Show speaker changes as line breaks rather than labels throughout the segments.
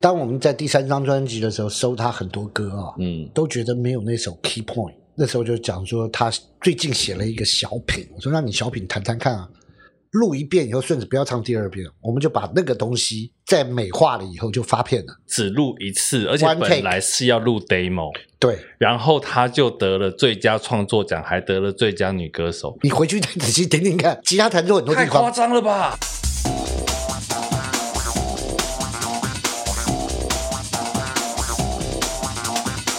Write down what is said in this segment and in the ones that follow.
当我们在第三张专辑的时候，收他很多歌啊，
嗯
都觉得没有那首 Key Point。那时候就讲说他最近写了一个小品，我说让你小品谈谈看啊，录一遍以后顺子不要唱第二遍，我们就把那个东西再美化了以后就发片了。
只录一次，而且
One take
本来是要录 demo，
对
然后他就得了最佳创作奖，还得了最佳女歌手，
你回去再仔细听听看，吉他弹奏很多地
太夸
方，
张了吧？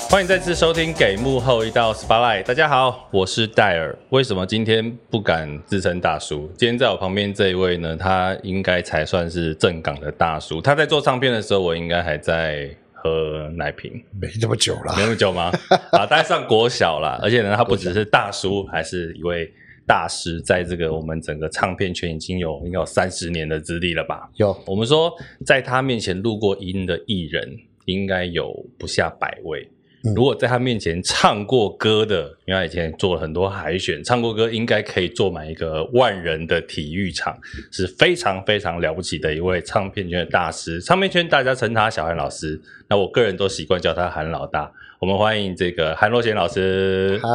欢迎再次收听《给幕后一道 spotlight》。大家好，我是戴尔。为什么今天不敢自称大叔？今天在我旁边这一位呢，他应该才算是正港的大叔。他在做唱片的时候，我应该还在喝奶瓶。
没这么久了
没。那么久吗？啊，大概上国小啦。而且呢，他不只是大叔，还是一位大师，在这个我们整个唱片圈已经有应该有三十年的资历了吧？
有
我们说，在他面前录过音的艺人，应该有不下百位
嗯。
如果在他面前唱过歌的，因为他以前做了很多海选，唱过歌应该可以做满一个万人的体育场，是非常非常了不起的一位唱片圈的大师。唱片圈大家称他小韩老师，那我个人都习惯叫他韩老大。我们欢迎这个韩若贤老师。
嗨，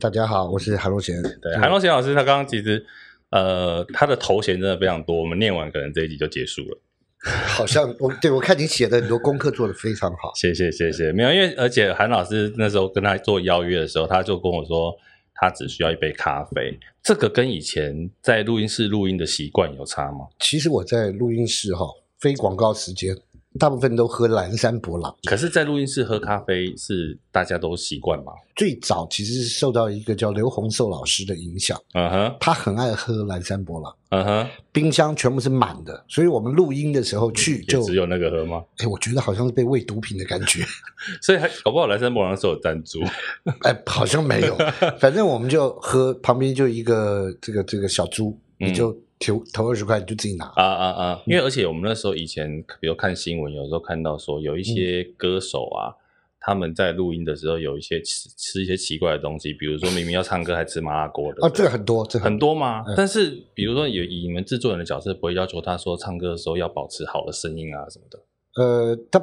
大家好，我是韩若贤。
呃对，韩若贤老师他刚刚其实呃他的头衔真的非常多，我们念完可能这一集就结束了。
好像我对我看你写的很多功课做得非常好。
谢谢谢谢，没有，因为而且韩老师那时候跟他做邀约的时候，他就跟我说，他只需要一杯咖啡。这个跟以前在录音室录音的习惯有差吗？
其实我在录音室哈、非广告时间，大部分都喝蓝山伯朗。
可是，在录音室喝咖啡是大家都习惯嘛？
最早其实是受到一个叫刘洪寿老师的影响，
嗯哼，
他很爱喝蓝山伯朗，
嗯哼，
冰箱全部是满的，所以我们录音的时候去
也
就，
只有那个喝吗？
哎，我觉得好像是被喂毒品的感觉，
所以还搞不好蓝山博朗是有赞助。
哎，好像没有，反正我们就喝，旁边就一个这个这个小猪，
嗯
你就投投二十块，你就自己拿。
啊啊啊！因为而且我们那时候以前，比如看新闻，有时候看到说有一些
嗯
歌手啊，他们在录音的时候有一些吃吃一些奇怪的东西，比如说明明要唱歌还吃麻辣锅的
啊，这个很多，这个
很
多，
多吗
嗯？
但是比如说有以你们制作人的角色，不会要求他说唱歌的时候要保持好的声音啊什么的。
呃，它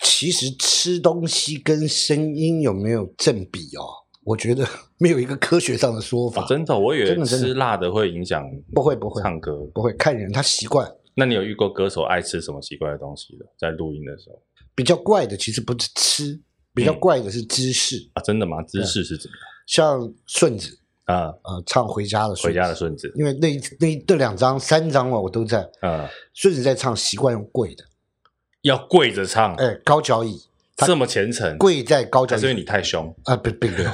其实吃东西跟声音有没有正比哦？我觉得 没有一个科学上的说法，
哦真的，我以
啊真
为
的真的
吃辣的会影响，
不会不会
唱歌。
不会看人，他习惯。
那你有遇过歌手爱吃什么奇怪的东西的？在录音的时候
比较怪的其实不是吃，比
嗯
较怪的是姿势。
啊，真的吗？
嗯
姿势是怎么
像顺子，
样啊？
呃，唱《回家的顺
回
子》，
家的顺子，
因为那一那一那两张三张哦，我都在。
啊，
顺子在唱，习惯用跪的，
要跪着唱，
哎、高脚椅，
这么虔诚，
跪在高脚
还是因为
椅
你太凶？
啊，不，并 没有。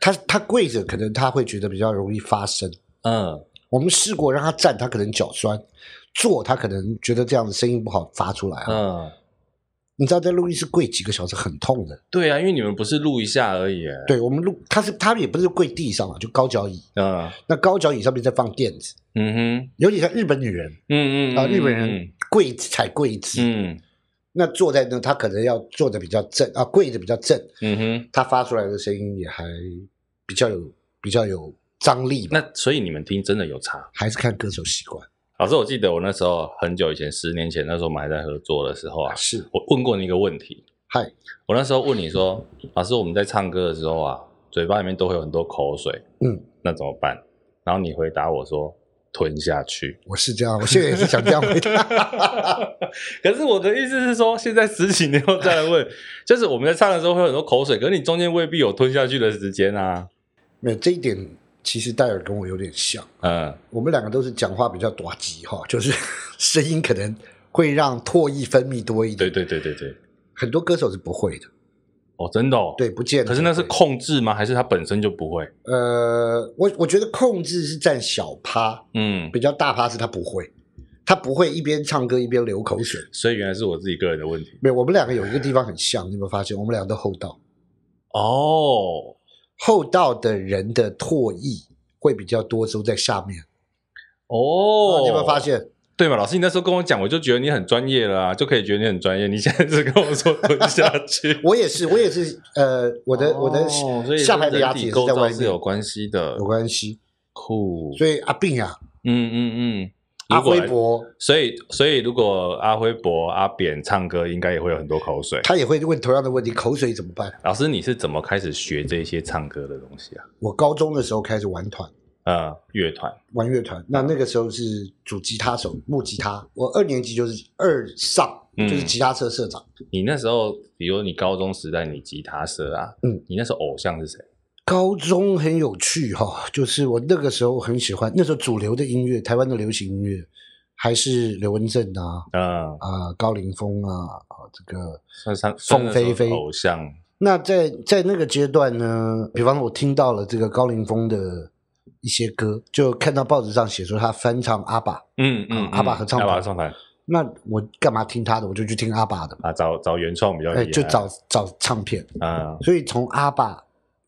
他他跪着，可能他会觉得比较容易发声。
嗯，
我们试过让他站，他可能脚酸；坐，他可能觉得这样的声音不好发出来啊。
嗯，
你知道，在录音室跪几个小时很痛的。
对啊，因为你们不是录一下而已，哎
对我们录，他是他也不是跪地上啊，就高脚椅。
嗯
那高脚椅上面再放垫子，
嗯哼，
有点像日本女人
嗯嗯嗯
啊、日本人跪踩跪姿，
嗯
那坐在那他可能要坐的比较正啊，跪着比较正，
嗯哼，
他发出来的声音也还比较有比较有张力吧，
那所以你们听真的有差。
还是看歌手习惯
老师，我记得我那时候很久以前，十年前，那时候我们还在合作的时候啊，
是
我问过你一个问题。
嗨，
我那时候问你说，老师，我们在唱歌的时候啊，嘴巴里面都会有很多口水，
嗯，
那怎么办？然后你回答我说，吞下去。
我是这样，我现在也是想这样回答，
可是我的意思是说，现在十几年后再来问，就是我们在唱的时候会有很多口水，可是你中间未必有吞下去的时间啊。
没有这一点，其实戴尔跟我有点像，
嗯，
我们两个都是讲话比较短急哈，就是 声音可能会让唾液分泌多一
对
点，
对对对对，
很多歌手是不会的，
哦，真的、哦。。
对，不见得会。
可是那是控制吗？还是他本身就不会？
呃，我我觉得控制是占小趴，
嗯，
比较大趴是他不会，他不会一边唱歌一边流口水。
所以原来是我自己个人的问题。
没有，我们两个有一个地方很像，你有没有发现？我们俩都厚道，
哦，
厚道的人的唾液会比较多，都在下面。
哦，
啊你有没有发？现？
对嘛？老师，你那时候跟我讲，我就觉得你很专业了啊，就可以觉得你很专业。你现在是跟我说吞下去，
我也是，我也是，呃， 我的、我的
哦所以
下排的
跟
牙
人
齿
体
也是
构
在
造
外
是
面
有关系的
有，关系。
酷。
所以阿病啊，
嗯嗯嗯，
阿
如果
辉伯
所以，所以如果阿辉伯、阿扁唱歌，应该也会有很多口 水。
他也会问同样的问题，口水怎么办？
老师，你是怎么开始学这些唱歌的东西啊？
我高中的时候开始玩团，
呃，乐团，
玩乐团，那那个时候是主吉他手木吉他，我二年级就是二上，
嗯
就是吉他社社长。
你那时候，比如你高中时代，你吉他社啊，
嗯，
你那时候偶像是谁？
高中很有趣哈、就是我那个时候很喜欢，那时候主流的音乐，台湾的流行音乐还是刘文正啊
嗯，
啊、高凌风啊啊这个
算上
凤飞飞
偶像，
那在在那个阶段呢，比方说我听到了这个高凌风的一些歌，就看到报纸上写说他翻唱阿爸，
嗯嗯，
阿爸
嗯
合唱团
阿爸合唱团
那我干嘛听他的？我就去听阿爸的嘛，
啊，找找原创比较厉
哎，
害，
就找找唱片。
嗯
所以从阿爸，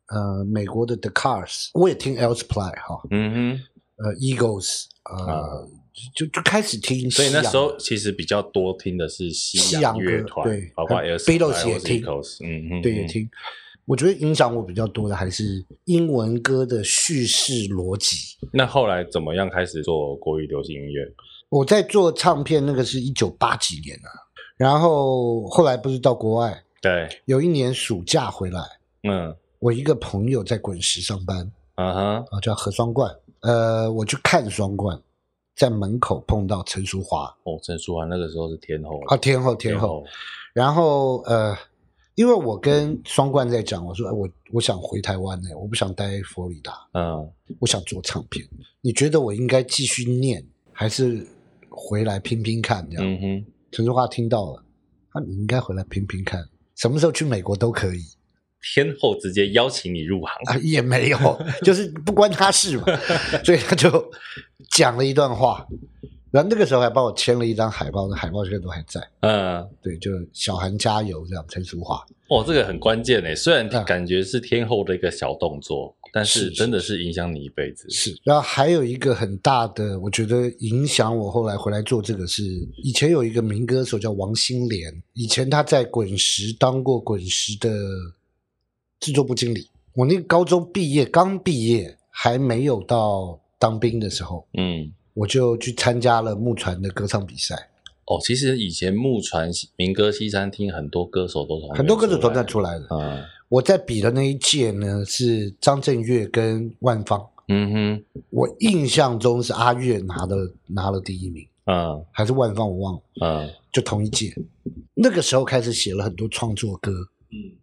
呃，美国的 The Cars，我也听 Else Play 哈，
嗯
呃，Eagles，呃，就就开始听西
哼，啊所以
洋
那时候其实比较多听的是西
西洋歌
乐团，
对
包括
呃
Elvis
Beatles
Presley
也听
或是 Eagles，嗯嗯，
对也
嗯，
听。我觉得影响我比较多的还是英文歌的叙事逻辑。
那后来怎么样开始做国语流行音乐？
我在做唱片，那个是一九八几年啊，然后后来不是到国外，
对，
有一年暑假回来，
嗯
我一个朋友在滚石上班，
嗯哼，
啊，叫何双冠，呃，我去看双冠，在门口碰到陈淑华
哦，陈淑桦那个时候是天后
啊，天后天
天
后，，然后呃，因为我跟双冠在讲，我说、哎我我想回台湾呢、我不想待佛罗里达，
嗯，
我想做唱片。你觉得我应该继续念，还是回来拼拼看？这样，
嗯哼，
陈淑桦听到了，啊，你应该回来拼拼看，什么时候去美国都可以
天后直接邀请你入行，
啊，也没有，就是不关他事嘛。 所以他就讲了一段话，然后那个时候还帮我签了一张海报，那海报现在都还在。
嗯。
对，就小韩加油这样，陈淑桦。
哦，这个很关键诶，虽然
嗯
感觉是天后的一个小动作，但是
是是
真的是影响你一辈子。
是，然后还有一个很大的，我觉得影响我后来回来做这个是，以前有一个民歌手叫王心莲，以前他在滚石当过滚石的制作部经理。我那个高中毕业刚毕业，还没有到当兵的时候，
嗯，
我就去参加了木船的歌唱比赛，
哦，其实以前木船民歌西餐厅很多歌手都从那边
很多歌手
出
都
来
在出来的。
嗯
我在比的那一届呢是张震岳跟万芳，
嗯
我印象中是阿岳拿的拿了第一名，
哼，嗯
还是万芳我忘了。
嗯
就同一届。那个时候开始写了很多创作歌，
嗯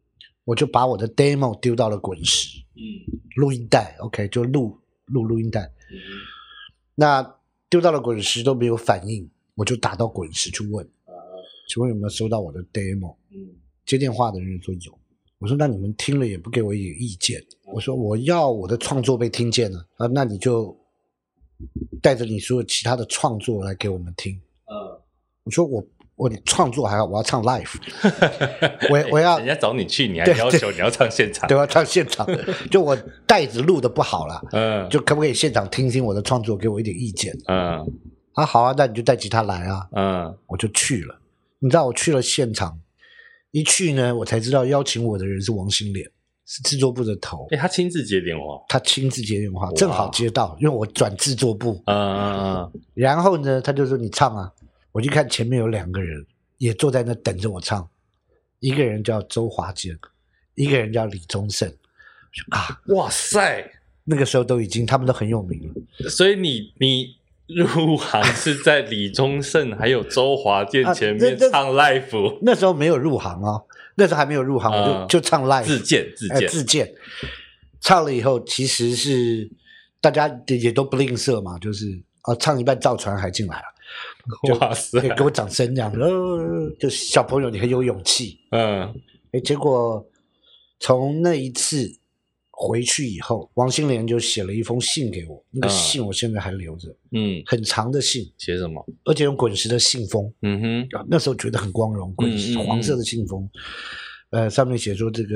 我就把我的 demo 丢到了滚石
嗯
录音带，OK，就录录录音带。那丢到了滚石都没有反应，我就打到滚石去问，请问有没有收到我的 demo？
嗯
接电话的人说有。我说那你们听了也不给我一点意见，我说我要我的创作被听见了啊，那你就带着你所有其他的创作来给我们听。
嗯
我说我我创作还好，我要唱 live。
嗯，
我我要
人家找你去，你还
对
要
对
求你要唱现场，
对吧？唱现场，就我带子录的不好啦，
嗯
就可不可以现场听听我的创作，给我一点意见
嗯
啊？好啊，那你就带吉他来啊，
嗯
我就去了。你知道我去了现场，一去呢，我才知道邀请我的人是王心莲，是制作部的头，
哎，他亲自接电话，
他亲自接电话，
哇
正好接到，因为我转制作部。
嗯嗯嗯
然后呢，他就说你唱啊，我就看前面有两个人也坐在那等着我唱，一个人叫周华健，一个人叫李宗盛，我说啊，
嗯，哇塞！
那个时候都已经他们都很有名了。
所以你你入行是在李宗盛还有周华健前
啊
面
这这
唱 live
那时候没有入行哦，那时候还没有入行，我就、
嗯
就唱 live
自荐自
哎
荐，
自荐，唱了以后其实是大家也也都不吝啬嘛，就是啊唱一半赵传海进来了，就
哇塞！
给给我掌声这样，呃，就小朋友你很有勇气，
嗯
哎，结果从那一次回去以后，王心凌就写了一封信给我，那个
嗯
信我现在还留着，
嗯，
很长的信，
写什么？
而且用滚石的信封，
嗯哼，
啊，那时候觉得很光荣，贵
嗯嗯嗯
黄色的信封，呃，上面写说这个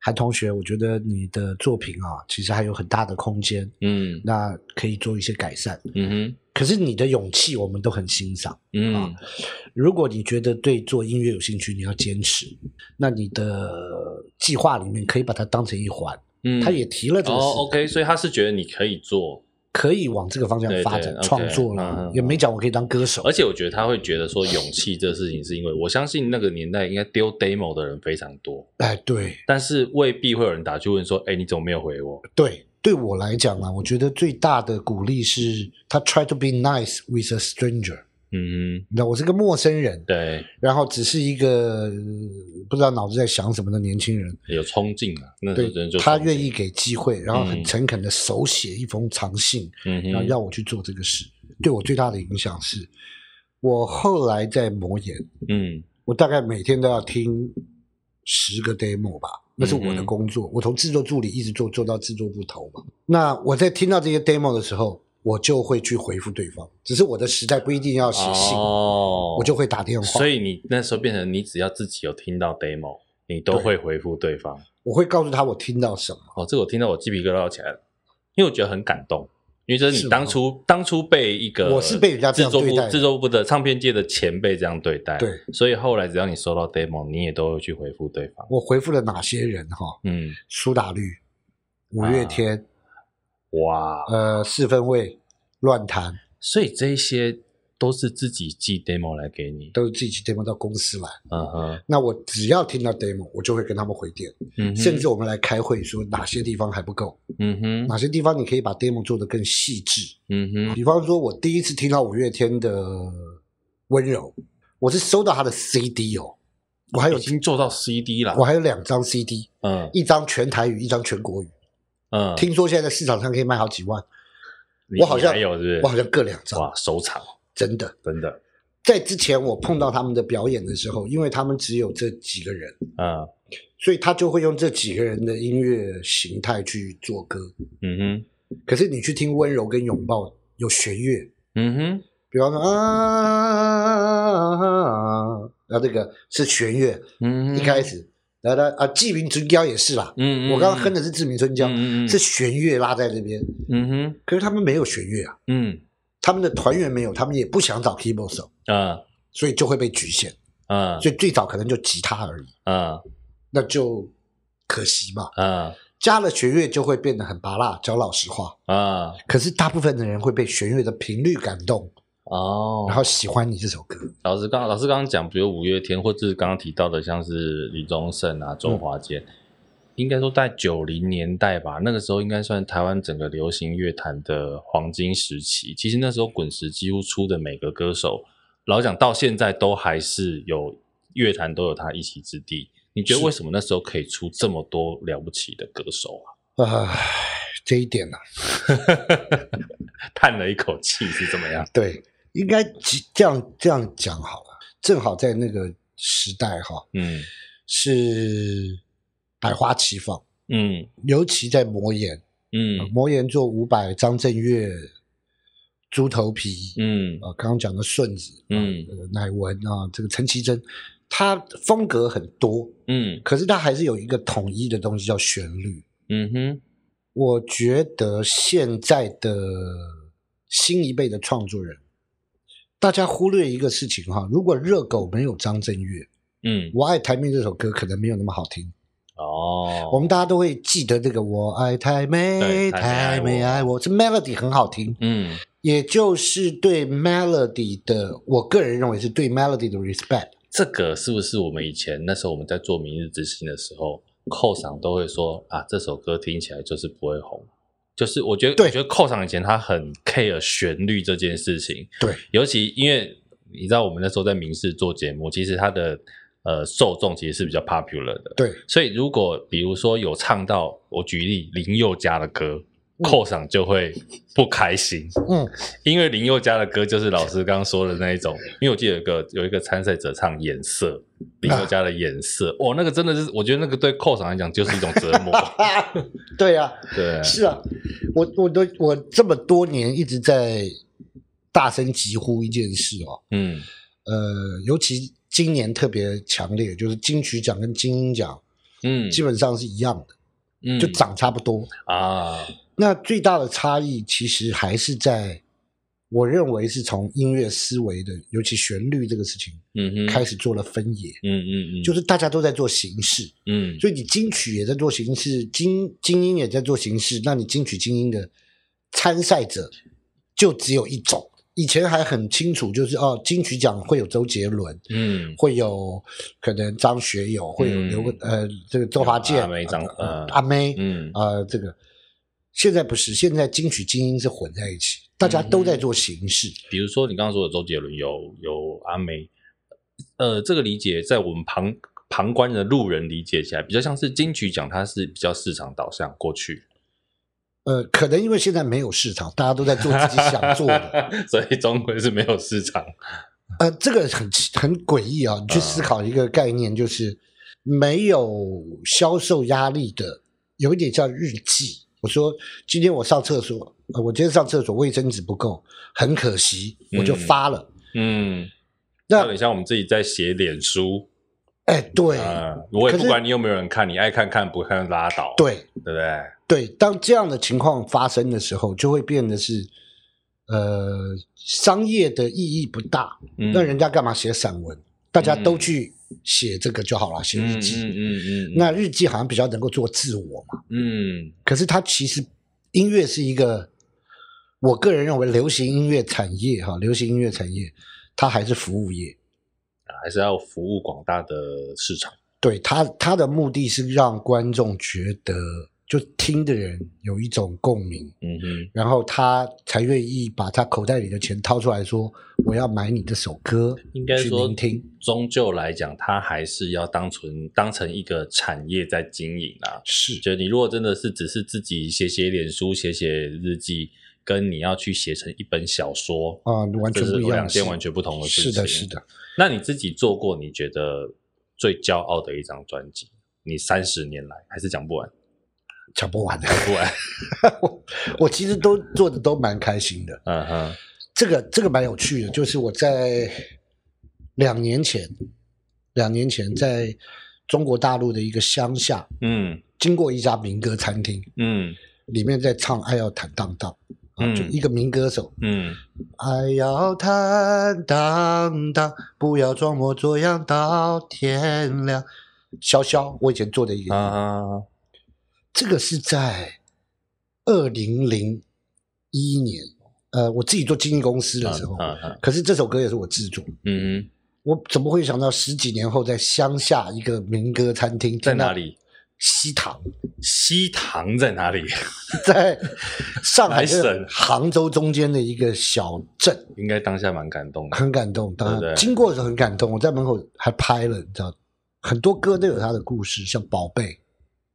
韩同学，我觉得你的作品啊，其实还有很大的空间，
嗯
那可以做一些改善。
嗯哼，
可是你的勇气，我们都很欣赏。
嗯
啊如果你觉得对做音乐有兴趣，你要坚持，那你的计划里面可以把它当成一环。
嗯，
他也提了这
哦
个事，
，OK，所以他是觉得你可以做，
可以往这个方向
对
发
对
展
，OK，
创作
嗯
了
嗯，
也没讲我可以当歌手
而。且我觉得他会觉得说勇气这事情，是因为我相信那个年代应该丢 demo 的人非常多，
哎，对
但是未必会有人打去问说，哎，你怎么没有回我？
对，对我来讲啊，我觉得最大的鼓励是他 try to be nice with a stranger。
嗯哼，
那我是个陌生人，
对，
然后只是一个呃不知道脑子在想什么的年轻人，
有冲劲啊，那时候
对
真的就
他
冲劲
愿意，给机会，然后
嗯
很诚恳的手写一封长信，
嗯
然后
哼，
要我去做这个事。对我最大的影响是，我后来在魔岩，
嗯
我大概每天都要听十个 demo 吧，那是
嗯
我的工作。我从制作助理一直做做到制作部头嘛。那我在听到这些 demo 的时候，我就会去回复对方，只是我的时代不一定要写信，
哦，
我就会打电话。
所以你那时候变成你只要自己有听到 demo，你都
对
会回复对方。
我会告诉他我听到什么。
哦，这个我听到我鸡皮疙瘩起来了，因为我觉得很感动，因为这是
是
你
吗
当初当初被一个
我是被人家这
制
样
作部
对待的
制作部的唱片界的前辈这样对待，
对，
所以后来只要你收到 demo，你也都会去回复对方。
我回复了哪些人哈？
嗯，
苏打绿、五
啊
月天、
哇，
呃四分卫、乱弹，
所以这些都是自己寄 demo 来给你，
都是自己 demo 到公司来。
嗯哼，
那我只要听到 demo，我就会跟他们回电，
嗯哼，
甚至我们来开会说哪些地方还不够。
嗯哼，
哪些地方你可以把 demo 做得更细致？
嗯哼，
比方说，我第一次听到五月天的《温柔》，我是收到他的 CD 哦，我还有
已经做到 CD 了
我，还有两张 CD，
嗯
一张全台语，一张全国语。
嗯，
听说现在在市场上可以卖好几万，
你
我好像
你还有是不是？
我好像各两张，
哇，收藏
真的。
真的，
在之前我碰到他们的表演的时候，因为他们只有这几个人，
嗯
所以他就会用这几个人的音乐形态去做歌。
嗯哼，
可是你去听《温柔》跟《拥抱》，有弦乐，
嗯哼，
比方说啊，然后这个是弦乐，
嗯哼，
一开始，然后呢啊，志明春娇也是啦，
嗯，嗯，
我刚刚
嗯
哼的是志明春娇，
嗯嗯嗯
是弦乐拉在这边，
嗯哼，
可是他们没有弦乐啊，
嗯
他们的团员没有，他们也不想找 keyboard 手，
啊
所以就会被局限，
啊
所以最早可能就吉他而已，
啊
那就可惜嘛，
啊
加了弦乐就会变得很拔辣，讲老实话，
啊
可是大部分的人会被弦乐的频率感动，
哦，
然后喜欢你这首歌，
老师刚老师刚刚讲，比如五月天，或者是刚刚提到的，像是李宗盛啊、周华健，应该说在九零年代吧，那个时候应该算台湾整个流行乐坛的黄金时期。其实那时候滚石几乎出的每个歌手，老讲到现在都还是有乐坛都有他一席之地。你觉得
是
为什么那时候可以出这么多了不起的歌手啊？
唉，这一点呢、
叹了一口气是怎么样？
对，应该几这样这样讲好了。正好在那个时代哈，
嗯
是百花齐放，
嗯
尤其在魔岩，
嗯
魔岩做伍佰、张震岳、猪头皮，
嗯
啊，刚刚讲的顺子，
嗯
呃，乃文啊，这个陈绮贞，她风格很多，
嗯
可是她还是有一个统一的东西叫旋律。
嗯哼
我觉得现在的新一辈的创作人，大家忽略一个事情哈，如果热狗没有张震岳，《
嗯
我爱台妹》这首歌可能没有那么好听。
哦，
我们大家都会记得这个“我爱台
对
妹，
台
台
妹
妹爱我”，这 melody 很好听，
嗯。
也就是对 melody 的，我个人认为是对 melody 的 respect。
这个是不是我们以前那时候我们在做《明日之星》的时候，寇赏都会说啊，这首歌听起来就是不会红。就是我觉得，
对
我觉得寇赏以前他很 care 旋律这件事情，
对，
尤其因为你知道我们那时候在明视做节目，其实他的呃受众其实是比较 popular 的，
对，
所以如果比如说有唱到我举例林宥嘉的歌，
嗯
寇赏就会不开心，
嗯，
因为林宥嘉的歌就是老师刚刚说的那一种，因为我记得有一个有一个参赛者唱《眼色》，林宥嘉的《眼色》，哦，那个真的是，我觉得那个对寇赏来讲就是一种折磨。
啊，对啊，
对，
是啊，我我都我这么多年一直在大声疾呼一件事哦，
嗯
呃，尤其今年特别强烈，就是金曲奖跟金鹰奖
嗯
基本上是一样的，
嗯
就涨差不多。
啊，
那最大的差异其实还是在，我认为是从音乐思维的，尤其旋律这个事情
嗯哼，
开始做了分野，
嗯嗯嗯，
就是大家都在做形式，
嗯
所以你金曲也在做形式，金精英也在做形式，那你金曲精英的参赛者就只有一种。以前还很清楚，就是哦，金曲奖会有周杰伦，
嗯，
会有可能张学友，会有刘、呃这个周华健、
阿妹张
呃
呃
阿妹，
嗯
呃这个。现在不是，现在金曲精英是混在一起，大家都在做形式。
比如说你刚刚说的周杰伦有有阿妹，呃，这个理解在我们旁旁观的路人理解起来，比较像是金曲奖，它是比较市场导向，过去嗯
呃，可能因为现在没有市场，大家都在做自己想做的。
的，所以终归是没有市场。
呃，这个很奇很诡异
嗯
啊！你去思考一个概念，就是没有销售压力的，有一点叫日记。我说今天我上厕所，呃我今天上厕所卫生纸不够，很可惜，我就
嗯
发了。
嗯，有
那
点像我们自己在写脸书，
哎，对、
啊，我也
可
不
是
管你有没有人看，你爱看看，不看拉倒，
对
对不对？
对，当这样的情况发生的时候，就会变得是，呃，商业的意义不大。
嗯
那人家干嘛写散文？大家都去写这个就好了，写
嗯
日
嗯
记。
嗯嗯，嗯
那日记好像比较能够做自我嘛。
嗯
可是它其实音乐是一个，我个人认为流行音乐产业哈，流行音乐产业它还是服务业，
还是要服务广大的市场。
对它它的目的是让观众觉得就听的人有一种共鸣，
嗯哼，
然后他才愿意把他口袋里的钱掏出来说我要买你这首歌，
应该
去
说
聆听。
终究来讲，它还是要当成当成一个产业在经营啊。
是
就你如果真的是只是自己写写脸书、写写日记，跟你要去写成一本小说，
啊、完全
这是
不一样
两
的
件
事
完全不同的事
是
情。
的，是。的，
那你自己做过你觉得最骄傲的一张专辑？你三十年来还是讲不完，
讲不完的。
不完。
我其实都做的都蛮开心的。
嗯哼，
这个这个蛮有趣的，就是我在两年前，两年前在中国大陆的一个乡下，
嗯
经过一家民歌餐厅，
嗯
里面在唱《爱要坦荡荡》，啊，
嗯
就一个民歌手，
嗯
爱要坦荡荡，不要装模作样到天亮。潇潇，我以前做的一个，
啊，
这个是在二零零一年，呃，我自己做经纪公司的时候，
嗯嗯
可是这首歌也是我制作。
嗯哼，
我怎么会想到十几年后在乡下一个民歌餐厅？
在哪？里？
西塘，
西塘在哪里？
在上海
哪一
跟
省
杭州中间的一个小镇，
应该当下蛮感 动的。
很感动。当然
对对
经过的时候很感动，我在门口还拍了，你知道，很多歌都有它的故事，像《宝贝》，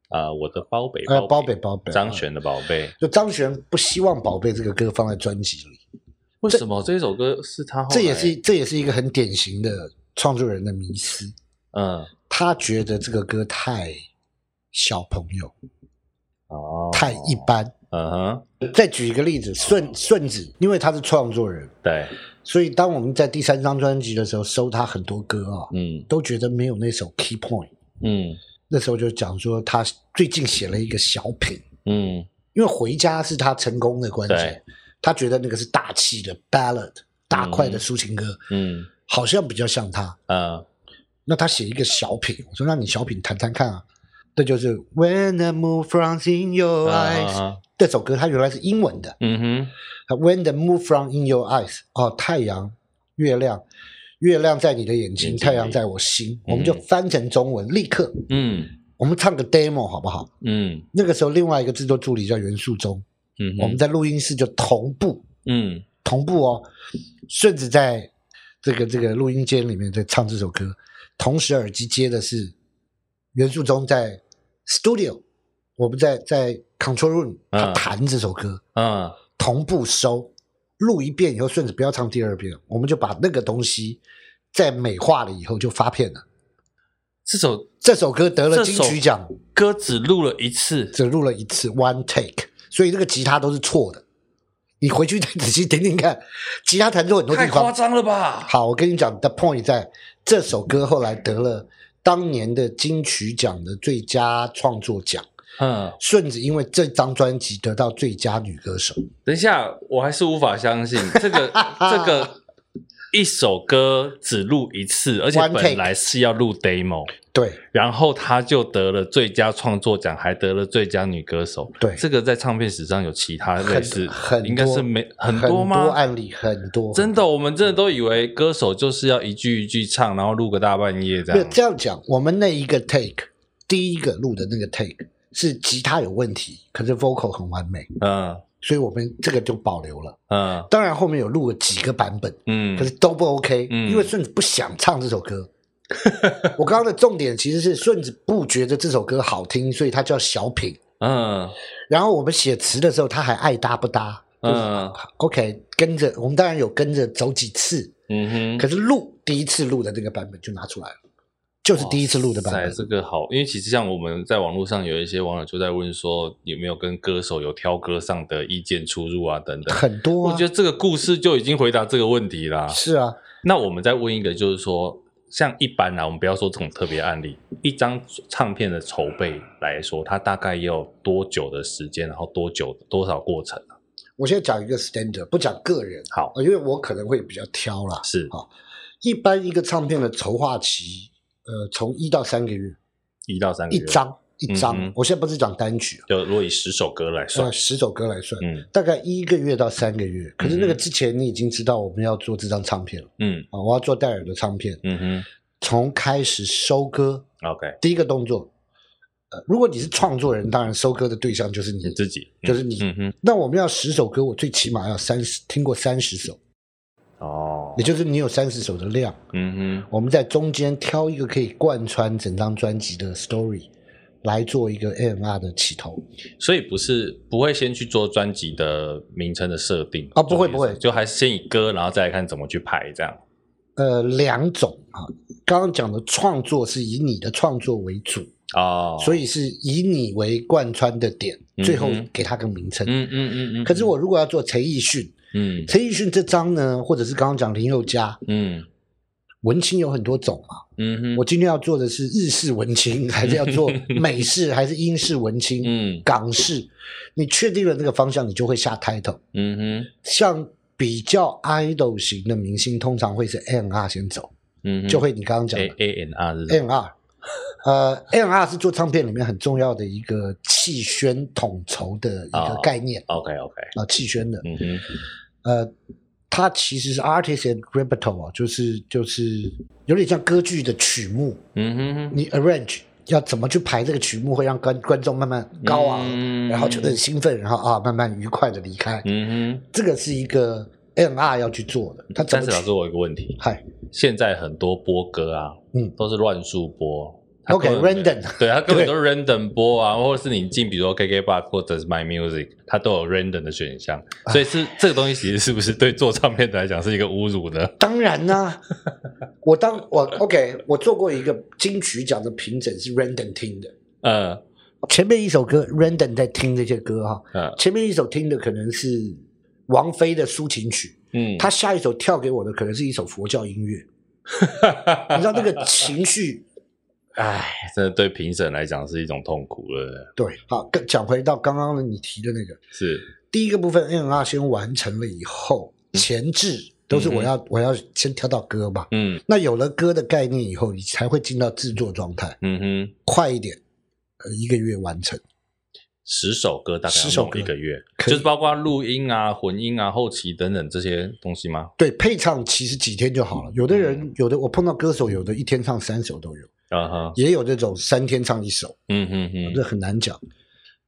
啊，我的包北，
呃，《包贝包贝》，
张
啊
悬的宝贝。
就张悬不希望《宝贝》这个歌放在专辑里，
为什么这首歌是他后来？
这也是这也是一个很典型的创作人的迷思，
嗯
他觉得这个歌太小朋友，
哦，
太一般。
嗯哼，
再举一个
哦
例子，顺顺子，因为他是创作人，
对，
所以当我们在第三张专辑的时候，收他很多歌啊，
嗯
都觉得没有那首 Key Point。
嗯
那时候就讲说他最近写了一个小品，
嗯
因为回家是他成功的关键
对，
他觉得那个是大气的 ballad，大块的抒情歌，
嗯
好像比较像他。
啊
那他写一个小品，我说那你小品谈谈看啊，那就是 When the moon frowns in your
啊
eyes，、
啊
这首歌它原来是英文的，
嗯哼，
When the moon from in your eyes，哦，太阳、月亮，月亮在你的眼睛，
眼睛里
太阳在我心，
嗯
我们就翻成中文，立刻，
嗯
我们唱个 demo 好不好？
嗯
那个时候，另外一个制作助理叫袁树忠，
嗯哼，
我们在录音室就同步，
嗯
同步哦，顺子在这个这个录音间里面在唱这首歌，同时耳机接的是袁树忠在 studio，我们在在 control room，他
嗯
弹这首歌，
嗯
同步收，录一遍以后，顺子不要唱第二遍，我们就把那个东西再美化了以后就发片了。
这首
这首歌得了金
这首
曲奖，
歌只录了一次，
只录了一次 one take，所以这个吉他都是错的。你回去再仔细听听看，吉他弹错很多地
太夸
方。
张了吧？
好，我跟你讲，the point 在这首歌后来得了当年的金曲奖的最佳创作奖，
嗯，
顺子因为这张专辑得到最佳女歌手。
等一下，我还是无法相信这个这个。一首歌只录一次，而且
One
本
take
来是要录 demo，
对
然后她就得了最佳创作奖，还得了最佳女歌手。
对
这个在唱片史上有其他类
很
似，
很
应该
多
是没很
很
多吗？
案例很多，
真的，我们真的都以为歌手就是要一句一句唱，然后录个大半夜这
没有
样。
这样讲，我们那一个 take，第一个录的那个 take 是吉他有问题，可是 vocal 很完美，
嗯
所以我们这个就保留了。
嗯
当然后面有录了几个版本，
嗯，
可是都不 OK，、
嗯
因为顺子不想唱这首歌。 我刚刚的重点其实是顺子不觉得这首歌好听，所以他叫小品。
嗯
然后我们写词的时候，他还爱搭不搭，就是、
嗯
OK 跟着我们当然有跟着走几次，
嗯哼，
可是录第一次录的那个版本就拿出来了，就是第一次录的版
在
本。
这个好，因为其实像我们在网络上有一些网友就在问说，有没有跟歌手有挑歌上的意见出入啊等 等。
很多、啊，
我觉得这个故事就已经回答这个问题啦。
是啊，
那我们再问一个，就是说，像一般啊，我们不要说这种特别案例，一张唱片的筹备来说，它大概要多久的时间，然后多久多少过程啊？
我现在讲一个 standard，不讲个人，
好，
因为我可能会比较挑啦。
是
好一般一个唱片的筹划期，呃，从一到三个月，
一到三个
一
月，
张一张。
嗯哼
我现在不是讲单曲，
就如果以十首歌来算
呃，，十首歌来算，
嗯
大概一个月到三个月。可是那个之前，你已经知道我们要做这张唱片了
嗯
啊，我要做戴尔的唱片，
嗯
从开始收歌
哼，OK，
第一个动作。呃，如果你是创作人，当然收歌的对象就是你
你。自己
就是你
嗯嗯
那我们要十首歌，我最起码要三十，听过三十首。
哼，哦
也，就是你有三十首的量，
嗯哼，
我们在中间挑一个可以贯穿整张专辑的 story 来做一个 M R 的起头。
所以不是不会先去做专辑的名称的设定
哦不会
做意思
不会
就还是先以歌，然后再来看怎么去排这样。
呃，两种啊，刚刚讲的创作是以你的创作为主，
哦，
所
以
以是以你为贯穿的点，
嗯哼
最后给它个名称。
嗯嗯嗯嗯，
可是我如果要做陈奕迅，
嗯
陈奕迅这张呢，或者是刚刚讲林宥嘉，
嗯
文青有很多种嘛。
嗯哼，
我今天要做的是日式文 青，还是要做美式，还是英式文青？
嗯
港式，你确定了那个方向，你就会下 title。
嗯哼
像比较 idol 型的明星，通常会是 N R 先走，
嗯哎哼，
就会你刚刚讲
A
的
A N R 是什么
N R。呃，N R 是做唱片里面很重要的一个气宣统筹的一个
哦
概念
？OK OK，
啊，气宣的。
嗯哼，
呃，它其实是 artist and repertoire，就是就是有点像歌剧的曲目，
嗯哼哼，
你 arrange 要怎么去排这个曲目，会让观观众慢慢高昂，
嗯
然后觉得很兴奋，然后啊慢慢愉快的离开。
嗯哼。
这个是一个 N R 要去做的，他怎
但
么
是老师，
去？
我有一个问题，
嗨，
现在很多播歌啊，
嗯
都是乱数播。它
OK，
根本没
random
对，它根本都是 random 播啊，或者是你进比如说 KKBox 或者是 My Music，它都有 random 的选项，所以是这个东西其实是不是对做唱片的来讲是一个侮辱呢？
当然啦、 我当我 OK，我做过一个金曲奖的评审是 random 听的，
嗯
前面一首歌 random 在听这些歌哈，
嗯
前面一首听的可能是王菲的抒情曲，
嗯，
他下一首跳给我的可能是一首佛教音 乐，你知道那个情绪，哎，
真的对评审来讲是一种痛苦了，
对，好，跟讲回到刚刚你提的那个，
是
第一个部分 N R 先完成了以后，前置都是我要、我要先挑到歌嘛。
嗯
那有了歌的概念以后，你才会进到制作状态，
嗯哼，
快一点，呃，一个月完成。
十首歌大概
10
要
首
弄
歌
一个月，
可以
就是包括录音啊、混音啊、后期等等这些东西吗
对，配唱其实几天就好了。有的
嗯
人，有的我碰到歌手，有的一天唱三首都有，
啊哈，
也有这种三天唱一首，
嗯哼
这
哼，
很难讲。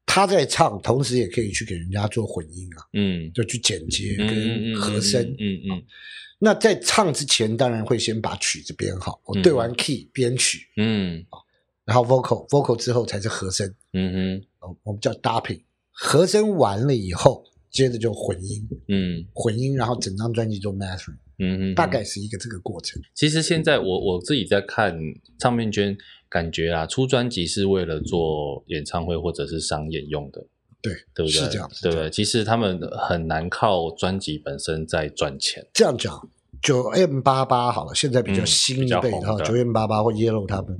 他在唱，同时也可以去给人家做混音啊，
嗯，
就去剪接
嗯嗯
跟
嗯
和声。
嗯嗯
那在唱之前，当然会先把曲子编好，我
嗯
对完 key 编曲，
嗯
然后 vocal vocal 之后才是和声，
嗯哼，
哦我们叫搭配。和声完了以后，接着就混音，
嗯
混音，然后整张专辑做 mastering，
嗯哼，
大概是一个这个过程。
其实现在我我自己在看唱片圈，感觉啊，出专辑是为了做演唱会或者是商演用的，
对，
对不对？
是这样。
对不对？其实他们很难靠专辑本身在赚钱。
这样讲，九 M 八八好了，现在比较
嗯
新
比
一
较
辈
红
哈，
的
九 M 八八或 Yellow 他们，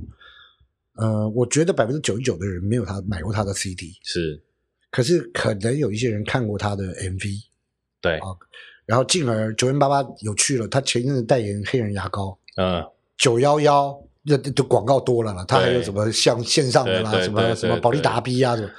呃，我觉得百分之九十九的人没有他买过他的 CD，
是，
可是可能有一些人看过他的 MV
对，
啊，然后进而九零八八有趣了，他前一阵子代言黑人牙膏，
嗯，
九幺幺那的广告多了啦，他还有什么像线上的啦，
对对
什
对
么
对
什么保利达 B 啊，什么，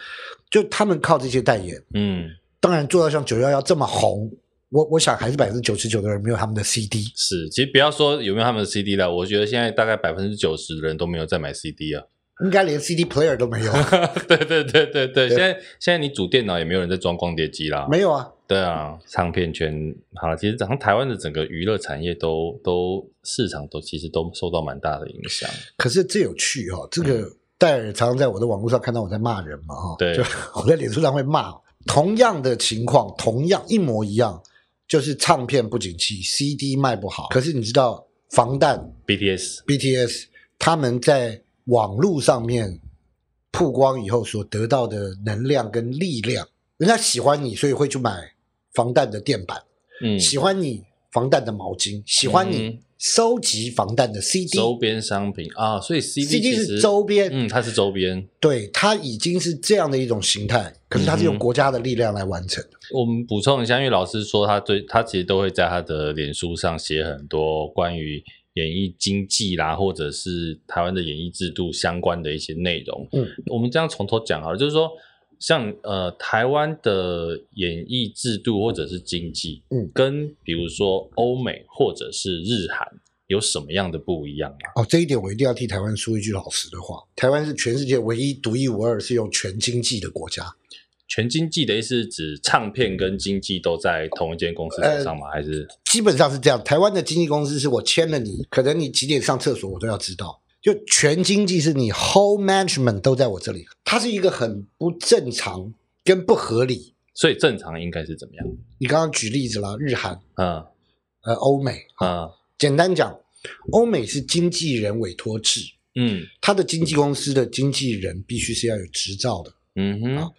就他们靠这些代言，
嗯，
当然做到像九幺幺这么红，我我想还是百分之九十九的人没有他们的 CD，
是，其实不要说有没有他们的 CD 了，我觉得现在大概百分之九十的人都没有在买 CD 啊。
应该连 CD player 都没有，
对对对对对，现在现在你主电脑也没有人在装光碟机啦。
没有啊，
对啊，唱片圈好了，其实好像台湾的整个娱乐产业都都市场都其实都受到蛮大的影响。
可是这有趣哦，这个戴尔常常在我的网络上看到我在骂人嘛、哈，
对
就我在脸书上会骂。同样的情况，同样一模一样，就是唱片不景气，CD 卖不好。可是你知道，防弹
BTS
BTS 他们在网络上面曝光以后所得到的能量跟力量，人家喜欢你，所以会去买防弹的电板，
嗯，
喜欢你防弹的毛巾，喜欢
嗯
你收集防弹的 CD。
周边商品啊，所以 CD
CD
其实
是周边
嗯，它是周边。
对，它已经是这样的一种形态，可是它是
嗯
用
哼
国家的力量来完成的。
我们补充一下，因为老师说他对他其实都会在他的脸书上写很多关于演艺经济啦，或者是台湾的演艺制度相关的一些内容。
嗯，
我们这样从头讲好了，就是说，像呃台湾的演艺制度或者是经济，
嗯
跟比如说欧美或者是日韩有什么样的不一样啊？
哦，这一点我一定要替台湾说一句老实的话：台湾是全世界唯一独一无二是用全经济的国家。
全经济的意思是指唱片跟经济都在同一间公司手上
呃
吗？还是
基本上是这样，台湾的经纪公司是我签了你，可能你几点上厕所我都要知道。就全经济是你 whole management 都在我这里，它是一个很不正常跟不合理。
所以正常应该是怎么样？
你刚刚举例子了，日韩、
嗯
呃欧美，
嗯
简单讲，欧美是经纪人委托制，
嗯。
他的经纪公司的经纪人必须是要有执照的，
嗯哼，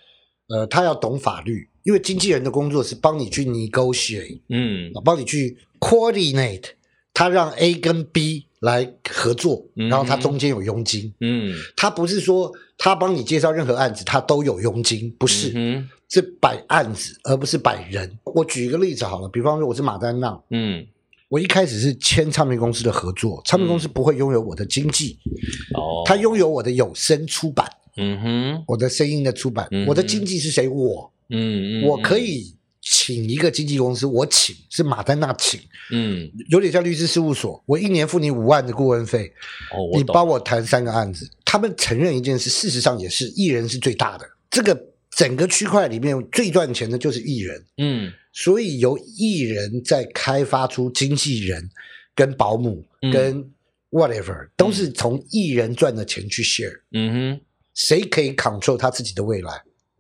呃，他要懂法律，因为经纪人的工作是帮你去 negotiate，
嗯
帮你去 coordinate，他让 A 跟 B 来合作，
嗯
然后他中间有佣金，
嗯，
他不是说他帮你介绍任何案子，他都有佣金，不是，
嗯哼
是摆案子，而不是摆人。我举一个例子好了，比方说我是马丹娜。
嗯，
我一开始是签唱片公司的合作，唱片公司不会拥有我的经纪，
嗯哦，
他拥有我的有声出版，
嗯哼，
我的声音的出版，
嗯
我的经纪是谁？我，
嗯嗯，
我可，以请一个经纪公司，我请是马丹娜请，
嗯，
有点像律师事务所，我一年付你五万的顾问费，
哦，我
你
懂
帮我谈三个案子。他们承认一件事，事实上也是，艺人是最大的，这个整个区块里面最赚钱的就是艺人，
嗯
所以由艺人在开发出经纪人、跟保姆、
嗯
跟 whatever，都是从艺人赚的钱去 share。
嗯哼，
谁可以 control 他自己的未来？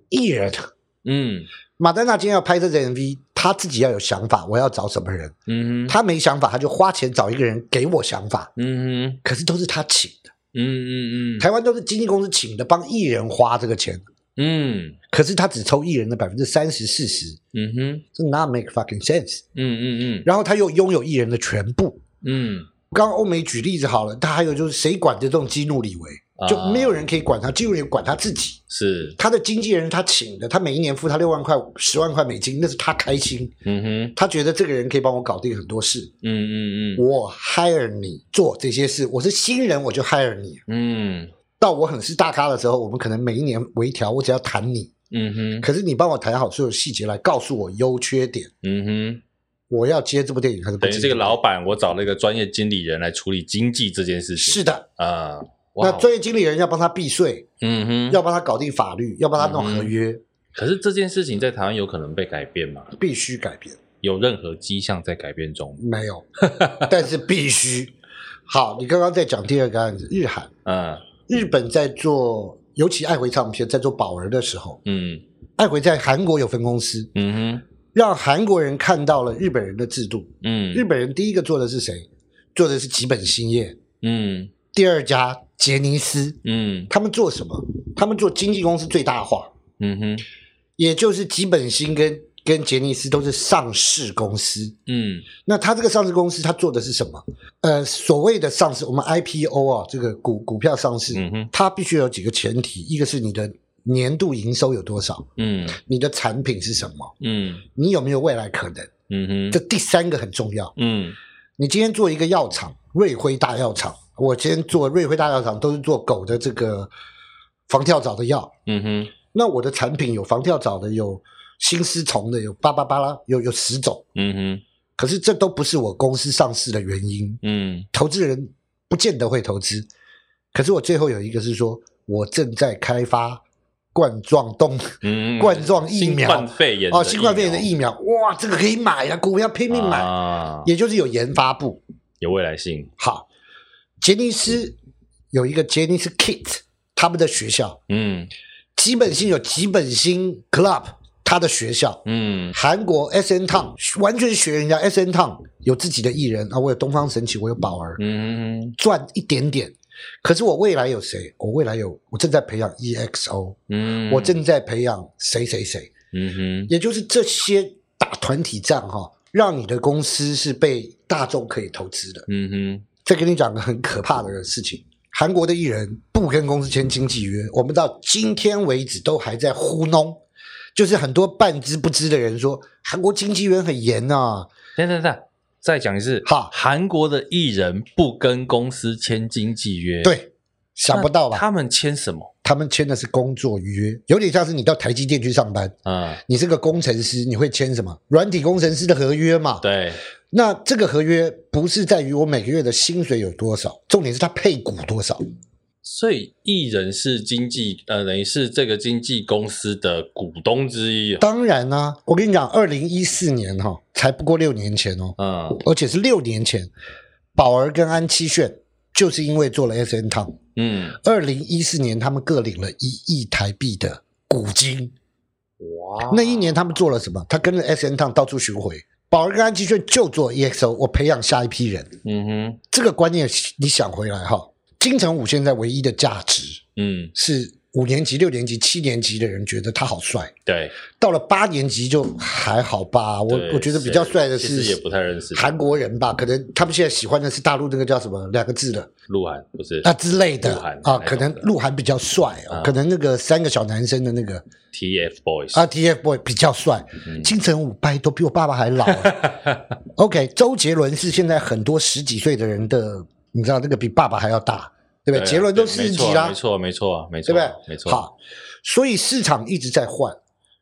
艺人。
嗯
马丹娜今天要拍这支 MV，他自己要有想法，我要找什么人？
嗯哼，
他没想法，他就花钱找一个人给我想法，
嗯哼，
可是都是他请的。
嗯嗯嗯，
台湾都是经纪公司请的，帮艺人花这个钱，
嗯
可是他只抽艺人的百分之三十、四十，
嗯哼，
这 not make fucking sense。
嗯嗯嗯
然后他又拥有艺人的全部。
嗯，
刚刚欧美举例子好了，他还有就是谁管得动基努里维，就
啊
没有人可以管他，基努里维管他自己。
是，
他的经纪人他请的，他每一年付他六万块、十万块美金，那是他开心，
嗯哼，
他觉得这个人可以帮我搞定很多事。
嗯嗯嗯，
我 hire 你做这些事，我是新人我就 hire 你。
嗯
到我很是大咖的时候，我们可能每一年微调，我只要谈你，
嗯哼，
可是你帮我谈好所有细节，来告诉我优缺点，
嗯哼，我
我要接这部电影还是不
等
接？
于这个老板，我找了一个专业经理人来处理经济这件事情，
是的，
啊，哇
那专业经理人要帮他避税，
嗯哼，
要帮他搞定法律，要帮他弄
嗯
合约，
可是这件事情在台湾有可能被改变吗？
必须改变。
有任何迹象在改变中？
没有， 但是必须。好，你刚刚在讲第二个案子，日韩。
嗯
日本在做，尤其爱回唱片在做宝儿的时候，
嗯
爱回在韩国有分公司，
嗯哼
让韩国人看到了日本人的制度。
嗯
日本人第一个做的是谁？做的是吉本兴业，
嗯
第二家杰尼斯。
嗯
他们做什么？他们做经纪公司最大化，
嗯哼
也就是吉本兴跟跟杰尼斯都是上市公司。
嗯
那他这个上市公司，他做的是什么？呃，所谓的上市，我们 IPO 啊，这个股股票上市，
嗯哼
它必须有几个前提，一个是你的年度营收有多少，
嗯
你的产品是什么，
嗯
你有没有未来可能，
嗯哼，
这第三个很重要。
嗯
你今天做一个药厂，瑞辉大药厂，我今天做瑞辉大药厂都是做狗的这个防跳蚤的药。
嗯哼，
那我的产品有防跳蚤的，有新丝虫的，有巴巴巴拉，有有十种。
嗯哼，
可是这都不是我公司上市的原因，
嗯
投资人不见得会投资。可是我最后有一个是说，我正在开发冠状动
嗯，
冠状疫苗
新冠肺炎
哦，新冠肺炎的
苗
疫苗，哇，这个可以买呀、啊，股票拼命买，
啊，
也就是有研发部。
有未来性，
好，杰尼斯有一个杰尼斯 Kit，他们的学校，
嗯
吉本兴有吉本兴 Club，他的学校。
嗯
韩国 S N Town 完全学人家 S N Town 有自己的艺人啊，我有东方神起，我有宝儿，
嗯哼
赚一点点。可是我未来有谁？我未来有我正在培养 E X O，、
嗯，
我正在培养谁谁谁，
嗯哼
也就是这些打团体战哈、让你的公司是被大众可以投资的。
嗯哼，
再跟你讲个很可怕的事情：韩国的艺人不跟公司签经纪约，我们到今天为止都还在糊弄，就是很多半知不知的人说韩国经纪约很严啊，
等等等，再讲一次，
好
韩国的艺人不跟公司签经纪约，，
对，想不到吧？他
他们签什么？
们签的是工作约，有点像是你到台积电去上班，
嗯，
你是个工程师，你会签什么软体工程师的合约嘛？。
对，
那这个合约不是在于我每个月的薪水有多少，重点是他配股多少。
所以艺人是经纪，呃，等于是这个经纪公司的股东之一哦。
当然啦、啊我跟你讲，二零一四年哈、才不过六年前哦，
嗯
而且是六年前，宝儿跟安七炫就是因为做了 S N Town，
嗯，
二零一四年他们各领了一亿台币的股金。
哇
那一年他们做了什么？他跟着 S N Town 到处巡回。宝儿跟安七炫就做 E X O，我培养下一批人。
嗯哼，
这个观念你想回来哈、金城武现在唯一的价值
嗯，
是五年级、六年级、七年级的人觉得他好帅，
对，
到了八年级就还好吧。我
对
我觉得比较帅的
其实
是
也不太认识
韩国人吧，可能他们现在喜欢的是大陆那个叫什么两个字的
鹿晗，不是
啊之类的
鹿晗
啊，
那种的
可能鹿晗比较帅哦，
啊
可能那个三个小男生的那个
TF Boys，
啊 TFBOY 比较帅，
嗯
金城武拜托比我爸爸还老啊、OK，周 杰伦是现在很多十几岁的人的，你知道那个比爸爸还要大，对不
啊
杰伦都
对
四十
没
几
错
啦
没，错，没错，没
对
错，
不对？
没错，，
好，所以市场一直在换。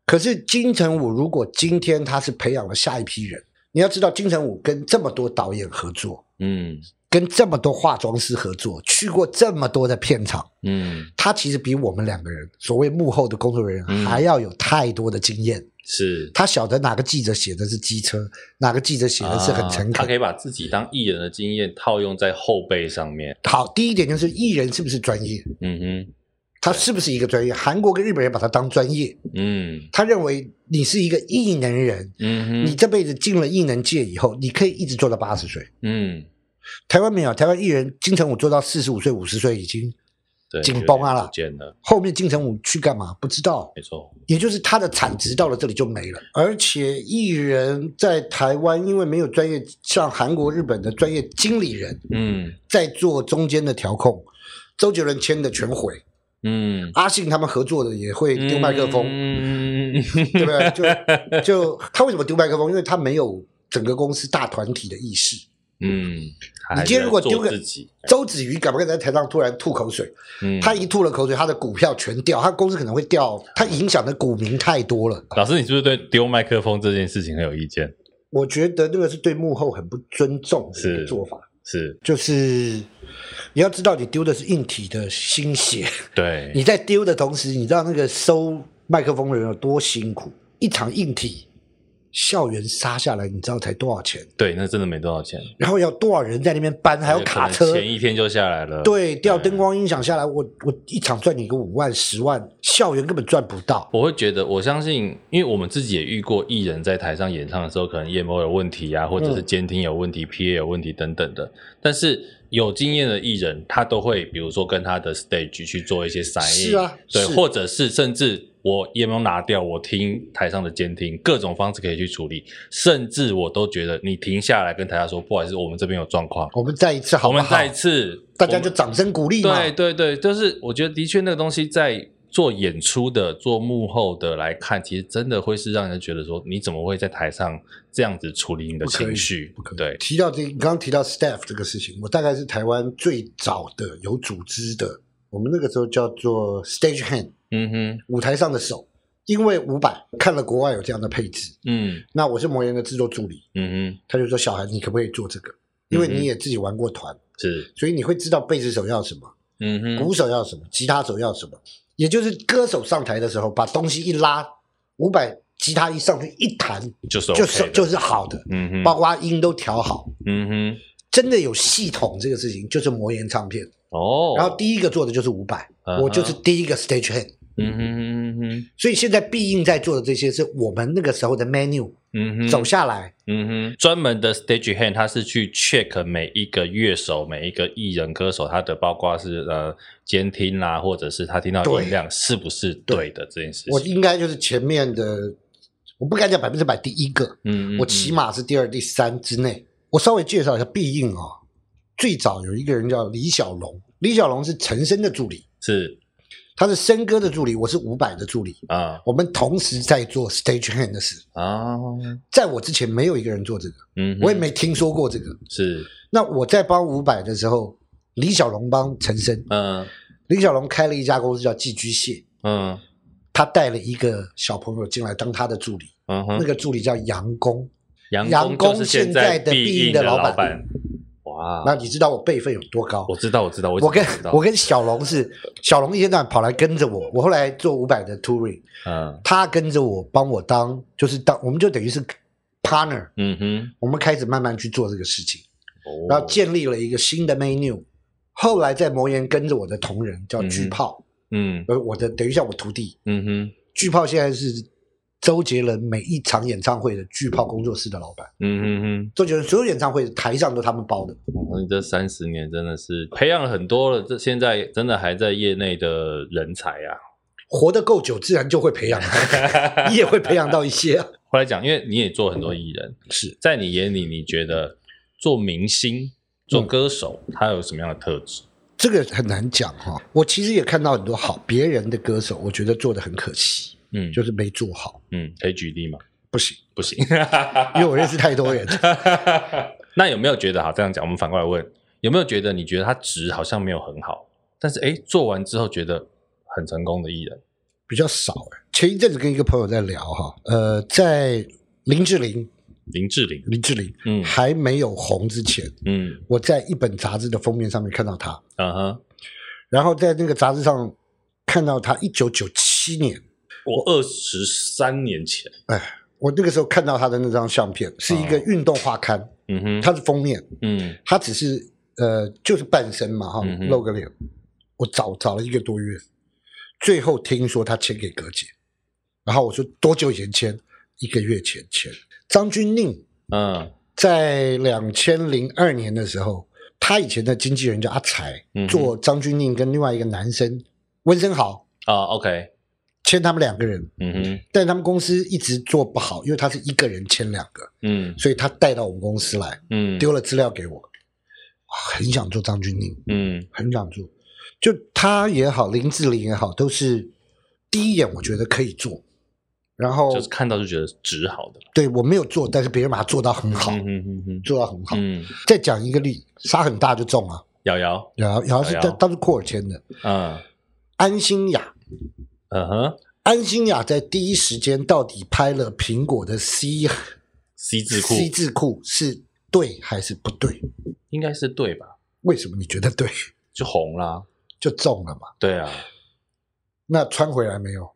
可是金城武如果今天他是培养了下一批人，你要知道金城武跟这么多导演合作，
嗯
跟这么多化妆师合作，去过这么多的片场，
嗯，
他其实比我们两个人所谓幕后的工作人员
嗯
还要有太多的经验。
是。
他晓得哪个记者写的是机车，哪个记者写的是很诚
啊他
恳。
可以把自己当艺人的经验套用在后背上面。
好，第一点就是艺人是不是专业，
嗯哼，
他是不是一个专业？韩国跟日本人把他当专业，
嗯
他认为你是一个艺能人，
嗯
你
哼，
这辈子进了艺能界以后，你可以一直做到八十岁。
嗯，
台湾没有，台湾艺人金城武做到四十五岁、五十岁已经
对，
紧绷啊啦
有点不见了，
后面金城武去干嘛？不知道。
没错。
也就是它的产值到了这里就没了。而且艺人在台湾，因为没有专业像韩国、日本的专业经理人
嗯
在做中间的调控，周杰伦签的全毁，
嗯，
阿信他们合作的也会丢麦克风，
嗯，
对不对？就就他为什么丢麦克风？因为他没有整个公司大团体的意识。
嗯，他还
你今天如果
在做
丢个
自己，
周子瑜敢不敢在台上突然吐口水？
嗯，
他一吐了口水，他的股票全掉，他公司可能会掉，他影响的股民太多了。
老师，你是不是对丢麦克风这件事情很有意见？
我觉得那个是对幕后很不尊重的一个
是
做法。
是，
就是你要知道，你丢的是硬体的心血。
对，
你在丢的同时，你知道那个收麦克风的人有多辛苦？一场硬体校园杀下来，你知道才多少钱？
对，那真的没多少钱，
然后要多少人在那边搬，还有
而且哎可
卡
能
车。
前一哎天就下来了，
对，掉灯光音响下来，我我一场赚你个五万十万，校园根本赚不到。
我会觉得，我相信，因为我们自己也遇过艺人在台上演唱的时候，可能 EMO 有问题啊，或
嗯
者是监听有问题、PA 有问题等等的。但是有经验的艺人，他都会比如说跟他的 stage 去做一些散应，
是啊
对，
是
或者是甚至我 EMO 拿掉，我听台上的监听，各种方式可以去处理。甚至我都觉得你停下来跟台下说，不好意思，我们这边有状况，
我们再一次好
我
不好？
们再一次，
啊大家
我们
就掌声鼓励嘛。
对对对，就是我觉得的确那个东西在做演出的、做幕后的来看，其实真的会是让人觉得说，你怎么会在台上这样子处理你的
不可以
情绪
不可？以
对，
提到这，你刚刚提到 staff 这个事情，我大概是台湾最早的有组织的，我们那个时候叫做 stage hand，
嗯哼，
舞台上的手。因为伍佰看了国外有这样的配置，
嗯
那我是魔岩的制作助理，
嗯哼，
他就说：“小韩，你可不可以做
嗯
这个？因为你也自己玩过团，
是，
所以你会知道贝斯手要什么，
嗯哼，
鼓手要什么，吉他手要什么。也就是歌手上台的时候，把东西一拉，伍佰吉他一上去一弹，
就是
就
OK
是
的
就是好的，
嗯哼，
包括音都调好。
嗯哼，
真的有系统这个事情，就是魔岩唱片。
哦，
然后第一个做的就是伍佰，
嗯哼
我就是第一个 stage hand。
嗯哼嗯哼
所以现在必应在做的这些，是我们那个时候的 menu
嗯哼，
走下来，
嗯哼，专门的 stage hand，他是去 check 每一个乐手、每一个艺人、歌手，他的包括是呃监听啦，或者是他听到
对
音量是不是对的这件事
我
情。
应该就是前面的，我不敢讲百分之百第一个，
嗯，嗯
我起码是第二、第三之内。我稍微介绍一下必应哦，最早有一个人叫李小龙，李小龙是陈升的助理，
嗯是
他是升哥的助理，我是伍佰的助理，
啊
我们同时在做 stage hand 的事。
啊，
在我之前没有一个人做这个，
嗯哼，
我也没听说过这个。
是
那我在帮伍佰的时候，李小龙帮陈升，
嗯
李小龙开了一家公司叫寄居蟹，
嗯
他带了一个小朋友进来当他的助理，
嗯
那
哼，
个助理叫杨工。
杨
公
就是
现在
在
的必
必
应
应
的老
老
板，
哇，
那你知道我辈分有多高？
我知道我知道，我
我跟
知道
我跟小龙是小龙一天到晚跑来跟着我，我后来做五百的 touring，
嗯
他跟着我帮我当就是当我们就等于是 partner，
嗯哼，
我们开始慢慢去做这个事情，
哦
然后建立了一个新的 menu。后来在魔岩跟着我的同仁叫巨炮，
嗯
呃，我的等于像我徒弟
嗯哼
巨炮，现在是周杰伦每一场演唱会的巨炮工作室的老板，
嗯哼哼。
周杰伦所有演唱会台上都他们包的。
哇，你这三十年真的是培养了很多了，这现在真的还在业内的人才啊。
活得够久，自然就会培 养，你也会培养到一些、啊。
后来讲，因为你也做很多艺人，
是
在你眼里，你觉得做明星、
嗯
做歌手，他有什么样的特质？
这个很难讲哈、我其实也看到很多好别人的歌手，我觉得做的很可惜，
嗯，
就是没做好，
嗯，可以举例吗？
不行，
不行，
因为我认识太多人。
那有没有觉得好？这样讲，我们反过来问，有没有觉得你觉得他值好像没有很好，但是诶，做完之后觉得很成功的艺人？
比较少、哎前一阵子跟一个朋友在聊哈、呃，在林志玲、
林志玲，
林志玲
嗯
还没有红之前，
嗯
我在一本杂志的封面上面看到她，
嗯哼，
然后在那个杂志上看到她一九九七年，
我二十三年前，
哎，我那个时候看到她的那张相片是一个
哦
运动画刊，
嗯哼，
它是封面。
嗯。
他只是呃，就是半身嘛哈
嗯，哼
露个脸。我找找了一个多月，最后听说他签给葛姐，然后我说多久以前签？一个月前签。张钧甯
嗯
在两千零二年的时候，他以前的经纪人叫阿才
嗯，哼
做张钧甯跟另外一个男生温升豪
啊，OK，
签他们两个人，
嗯哼，
但他们公司一直做不好，因为他是一个人签两个，
嗯
所以他带到我们公司来，
嗯，
丢了资料给我，哇很想做张钧甯。
嗯
很想做。就他也好，林志玲也好，都是第一眼我觉得可以做，然后、
就是看到就觉得值好的，
对我没有做，但是别人把它做到很好，
嗯哼哼哼，
做到很好。
嗯，
再讲一个例，沙很大就中了，
瑶瑶，
然后然后是
哎
他
呦
他是库尔签的，
嗯
安心雅，
嗯哼
安心雅在第一时间到底拍了苹果的 C
，C 字库
C 字库是对还是不对？
应该是对吧？
为什么你觉得对
就红啦，
就中了嘛？
对啊，
那穿回来没有？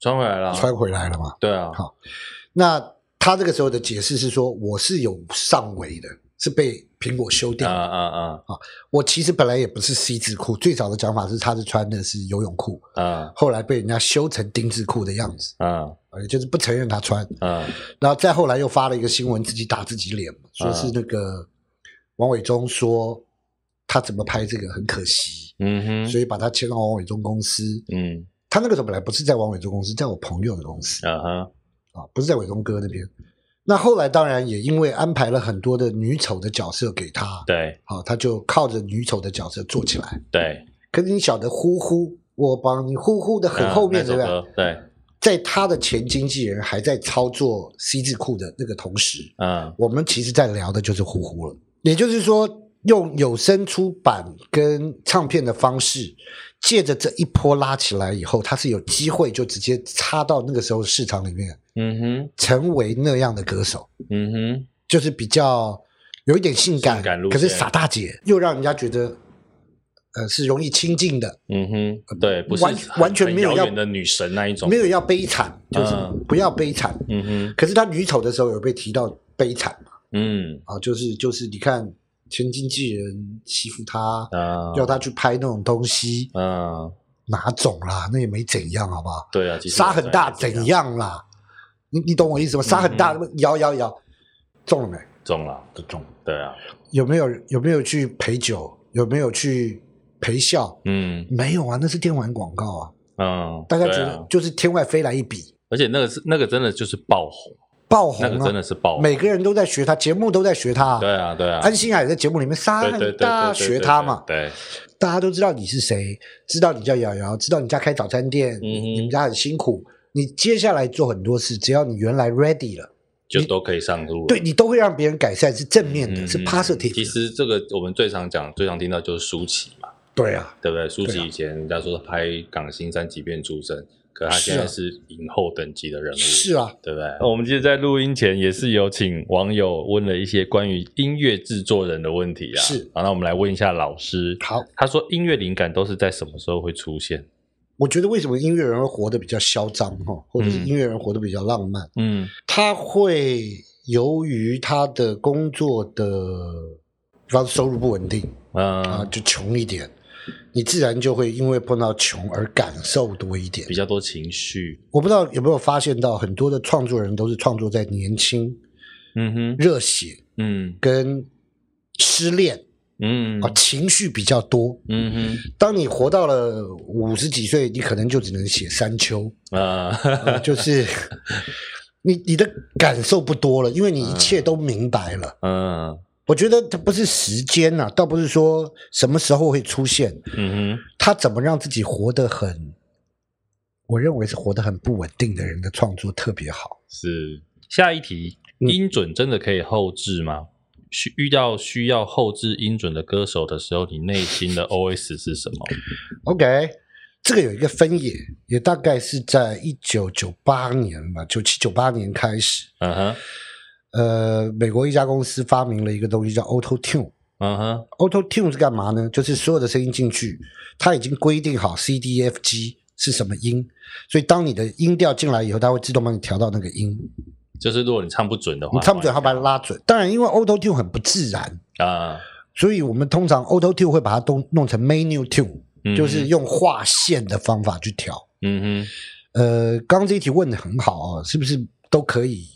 穿回来啦，
穿回来了嘛？
对啊，
好那他这个时候的解释是说，我是有上围的，是被苹果修
啊
掉。
啊啊
我其实本来也不是 C 字裤，最早的讲法是他是穿的是游泳裤，
啊
后来被人家修成丁字裤的样子，
啊
也就是不承认他穿。
啊，
然后再后来又发了一个新闻，自己打自己脸嘛，说是那个王伟忠说他怎么拍这个很可惜，
嗯哼，
所以把他签到王伟忠公司。
嗯
他那个时候本来不是在王伟忠公司，在我朋友的公司。
啊哈，
啊，不是在伟东哥那边。那后来当然也因为安排了很多的女丑的角色给他，
对
好、他就靠着女丑的角色做起来。
对，
可是你晓得，呼呼我帮你呼呼的很后面，
嗯
对
那那
不
首
对？
歌对，
在他的前经纪人还在操作 C 字库的那个同时，
嗯
我们其实在聊的就是呼呼了。也就是说，用有声出版跟唱片的方式，借着这一波拉起来以后，它是有机会就直接插到那个时候的市场里面，
嗯哼
成为那样的歌手，
嗯哼，
就是比较有一点性感，
性感路
可
线
是傻大姐又让人家觉得，呃，是容易亲近的，
嗯哼，对，不是
完
很
完全没有
很
要
遥远的女神那一种，
没有要悲惨，就是
嗯
不要悲惨。
嗯哼，
可是她女丑的时候有被提到悲惨嘛？
嗯
啊，就是就是，你看前经纪人欺负她，
啊，
要他去拍那种东西，
嗯，
哪种啦？那也没怎样，好不好？
对啊，其实
沙很大
我在
怎样啦？你你懂我意思吗？沙很大，摇摇摇，中了没？
嗯中了，
都中了。
对啊，
有没有有没有去陪酒？有没有去陪笑？
嗯
没有啊，那是电玩广告啊！
嗯，
大家觉
对
得
啊，
就是天外飞来一笔，
而且那个是那个真的就是爆红，
爆
那
红
个真
啊！
的是爆红，
每个人都在学他，节目都在学他啊。
对啊对啊，
安心海在节目里面沙
对对对
很
对
大
对，
学
对
他嘛，
对，
大家都知道你是谁，知道你叫瑶瑶，知道你家开早餐店，
嗯哼
你们家很辛苦。你接下来做很多事，只要你原来 ready 了，
就都可以上路了，
对你都会让别人改善，是正面的，
嗯
是
嗯
positive 的。
其实这个我们最常讲、最常听到就是舒淇嘛，
对啊，
对不对？舒
对啊
淇以前人家说她拍港星三级片出身，可她
是
现
啊
在是影后等级的人物，
是啊，
对不对？哦我们其实，在录音前也是有请网友问了一些关于音乐制作人的问题啊。
是
好，那我们来问一下老师，
好，
他说音乐灵感都是在什么时候会出现？
我觉得为什么音乐人会活得比较嚣张哈，或者是
嗯
音乐人活得比较浪漫，
嗯
他会由于他的工作的，比方说收入不稳定啊，
呃，
就穷一点，你自然就会因为碰到穷而感受多一点
比。较多情绪，
我不知道有没有发现到，很多的创作人都是创作在年轻、
嗯哼，
热血
嗯
跟失恋
嗯
啊，情绪比较多。
嗯哼，
当你活到了五十几岁，你可能就只能写山丘，
呃，
啊就是 你你的感受不多了，因为你一切都明白了。
嗯
我觉得它不是时间呐、倒不是说什么时候会出现，
嗯哼，
他怎么让自己活得很，我认为是活得很不稳定的人的创作特别好。
是下一题，
嗯
音准真的可以后置吗？需遇到需要后置音准的歌手的时候，你内 心的 OS 是什么？
OK，这个有一个分野，也大概是在一九九八年吧，九七九八年开始，
嗯哼，
呃，美国一家公司发明了一个东西叫 Auto Tune。
嗯哼，
Auto Tune 是干嘛呢？就是所有的声音进去，它已经规定好 C、D、F、G 是什么音，所以当你的音调进来以后，它会自动帮你调到那个音。
就是如果你唱不准的话，
你唱不准，它把它拉准。当然，因为 Auto Tune 很不自然，
啊，
所以我们通常 Auto Tune 会把它都弄成 Menu Tune，
嗯哼
就是用划线的方法去调。
嗯
呃，刚刚这一题问的很好哦，是不是都可以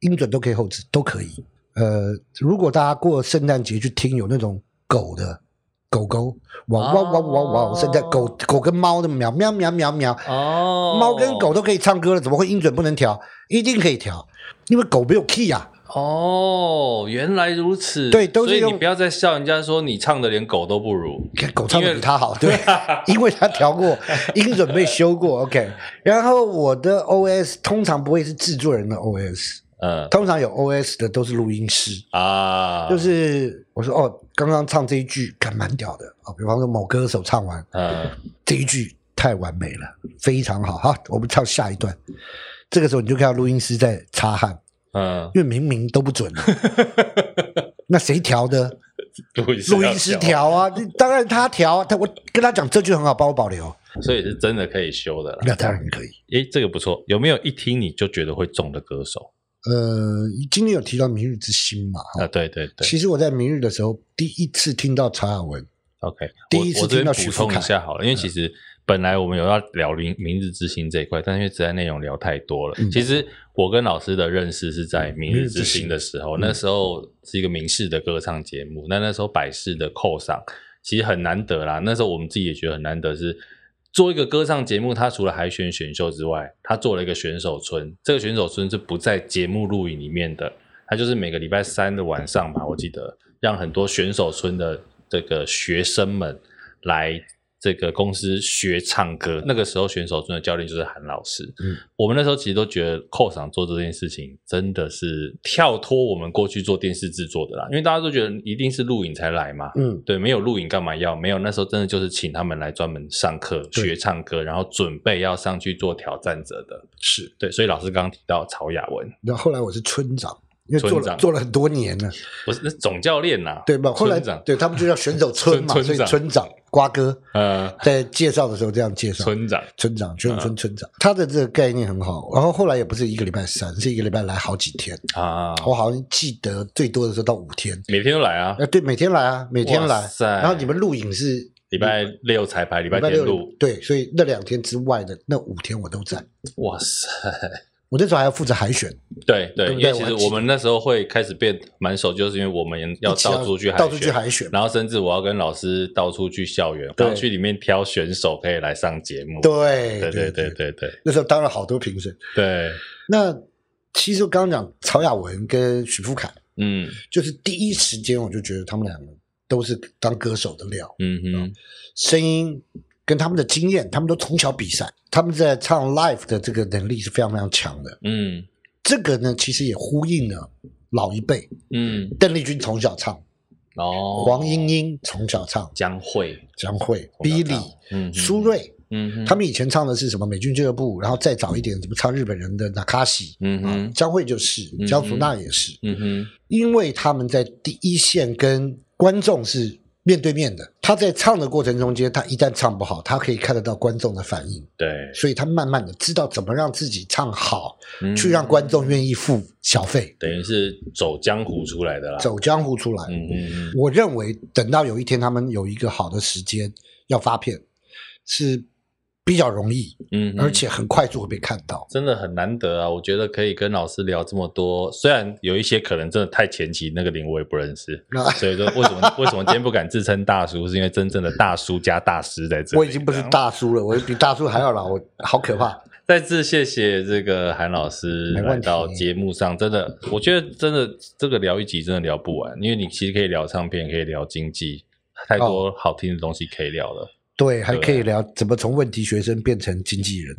音准都可以后置都可以？呃，如果大家过圣诞节去听有那种狗的狗狗，哇哇哇哇哇，
哦
圣诞狗狗跟猫的喵喵喵喵喵，
哼，哦
猫跟狗都可以唱歌了，怎么会音准不能调？一定可以调，因为狗没有 key 啊。
哦，原来如此，
对都是
所以
用
你不要再笑人家说你唱的连狗都不如，
看狗唱的比他好，对， 因为他调过，音准被修过，OK。然后我的 OS 通常不会是制作人的 OS，
嗯
通常有 OS 的都是录音师。
啊，
就是我说哦，刚刚唱这一句，感蛮屌的啊、比方说某歌手唱完
嗯
这一句太完美了，非常好哈。我们唱下一段，这个时候你就看到录音师在擦汗，
嗯，
因为明明都不准啊 那谁调的？
录音师
录音师
要笑，
调啊，当然他调啊。他我跟他讲这句很好，帮我保留。
所以是真的可以修的啦。
那当然可以。
诶，这个不错，有没有一听你就觉得会中的歌手？
呃，今天有提到《明日之星》嘛？哈
啊，对对对
哦其实我在《明日》的时候，第一次听到查尔文，
，OK 我。
第一次
我这
听到
边
许
补
富
充
凯嗯
一下好了，因为其实本来我们有要聊明明日之星这一块，但是因为实在内容聊太多了。
嗯
其实我跟老师的认识是在明日之星的时候，
嗯
那时候是一个明视的歌唱节目，那那时候百事的扣赏其实很难得啦。那时候我们自己也觉得很难得是。做一个歌唱节目，他除了海选选秀之外，他做了一个选手村。这个选手村是不在节目录影里面的，他就是每个礼拜三的晚上吧，我记得让很多选手村的这个学生们来这个公司学唱歌。那个时候选手村的教练就是韩老师。
嗯
我们那时候其实都觉得寇赏做这件事情真的是跳脱我们过去做电视制作的啦，因为大家都觉得一定是录影才来嘛。
嗯，
对，没有录影干嘛要？没有，那时候真的就是请他们来专门上课
对
学唱歌，然后准备要上去做挑战者的。
是。
对，所以老师刚刚提到曹雅文，
然后后来我是村长，因为做
村
了
长
做了很多年了，
不是那总教练呐、
对吧？后来
村长
对他们就叫选手村嘛，
村
所
村
以
长
村长瓜哥
呃，
在介绍的时候这样介绍。
村啊长，
村长，全永村村长，他的这个概念很好。然后后来也不是一个礼拜三，是一个礼拜来好几天。
啊，
我好像记得最多的时候到五天。
每天都来啊，
呃，对，每天来啊，每天
哇
来。
塞
然后你们录影是
礼拜六彩排，礼
礼
拜
拜
天
六
录，
对，所以那两天之外的那五天我都在。
哇塞，
我那时候还要负责海选，
对对，
对不
因
对
为其实我们那时候会开始变满手，就是因为我们要
一起
到处去海
到处去
选
海选。
然后甚至我要跟老师到处去校园，
对
然后去里面挑选手可以来上节目。
对
对对
对
对对对
那时候当了好多评审。
对，
那其实我刚刚讲曹雅文跟许富凯，
嗯
就是第一时间我就觉得他们两个都是当歌手的料。
嗯哼，
声音跟他们的经验，他们都从小比赛，他们在唱 live 的这个能力是非常非常强的。
嗯
这个呢，其实也呼应了老一辈，
嗯，
邓丽君从小唱，
哦，
王莺莺从小唱，
江蕙、
江蕙、
从小
b
唱
i
嗯哼
苏，芮，
嗯哼，
他们以前唱的是什么美军俱乐部，然后再早一点怎么唱日本人的纳卡西。
嗯
啊
哼，
江蕙就是
嗯，
江淑娜也是，
嗯哼，
因为他们在第一线跟观众是面对面的，他在唱的过程中间，他一旦唱不好，他可以看得到观众的反应，
对，
所以他慢慢的知道怎么让自己唱好，
嗯
去让观众愿意付小费，
等于是走江湖出来的啦。，
走江湖出来。
嗯嗯
我认为等到有一天他们有一个好的时间要发片，是比较容易，
嗯，嗯
而且很快就会被看到。
真的很难得啊！我觉得可以跟老师聊这么多，虽然有一些可能真的太前期，那个零我也不认识，
那
所以说为什么为什么今天不敢自称大叔，是因为真正的大叔加大师在这里。
我已经不是大叔了，我比大叔还要老，我好可 怕。
再次谢谢这个韩老师
没
来
问题
到节目上，真的，我觉得真的这个聊一集真的聊不完，因为你其实可以聊唱片，可以聊经济，太
哦
多好听的东西可以 聊了。
对，还可以聊怎么从问题学生变成经纪人。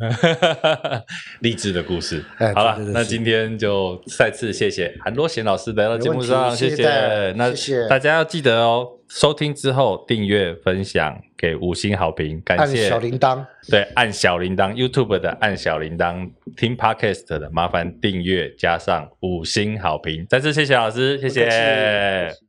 励志的故事。
哎
嗯好了
这真，的
那
是
今天就再次谢谢韩若贤老师来到节目
没
上，
问题
谢
谢谢戴尔
那
谢谢
大家要记得哦，收听之后订阅、分享，给五星好评，感
按
谢。
小铃铛，
对，按小铃铛，YouTube 的按小铃铛，听 Podcast 的麻烦订阅加上五星好评。再次谢谢老师，谢
不客
谢
气。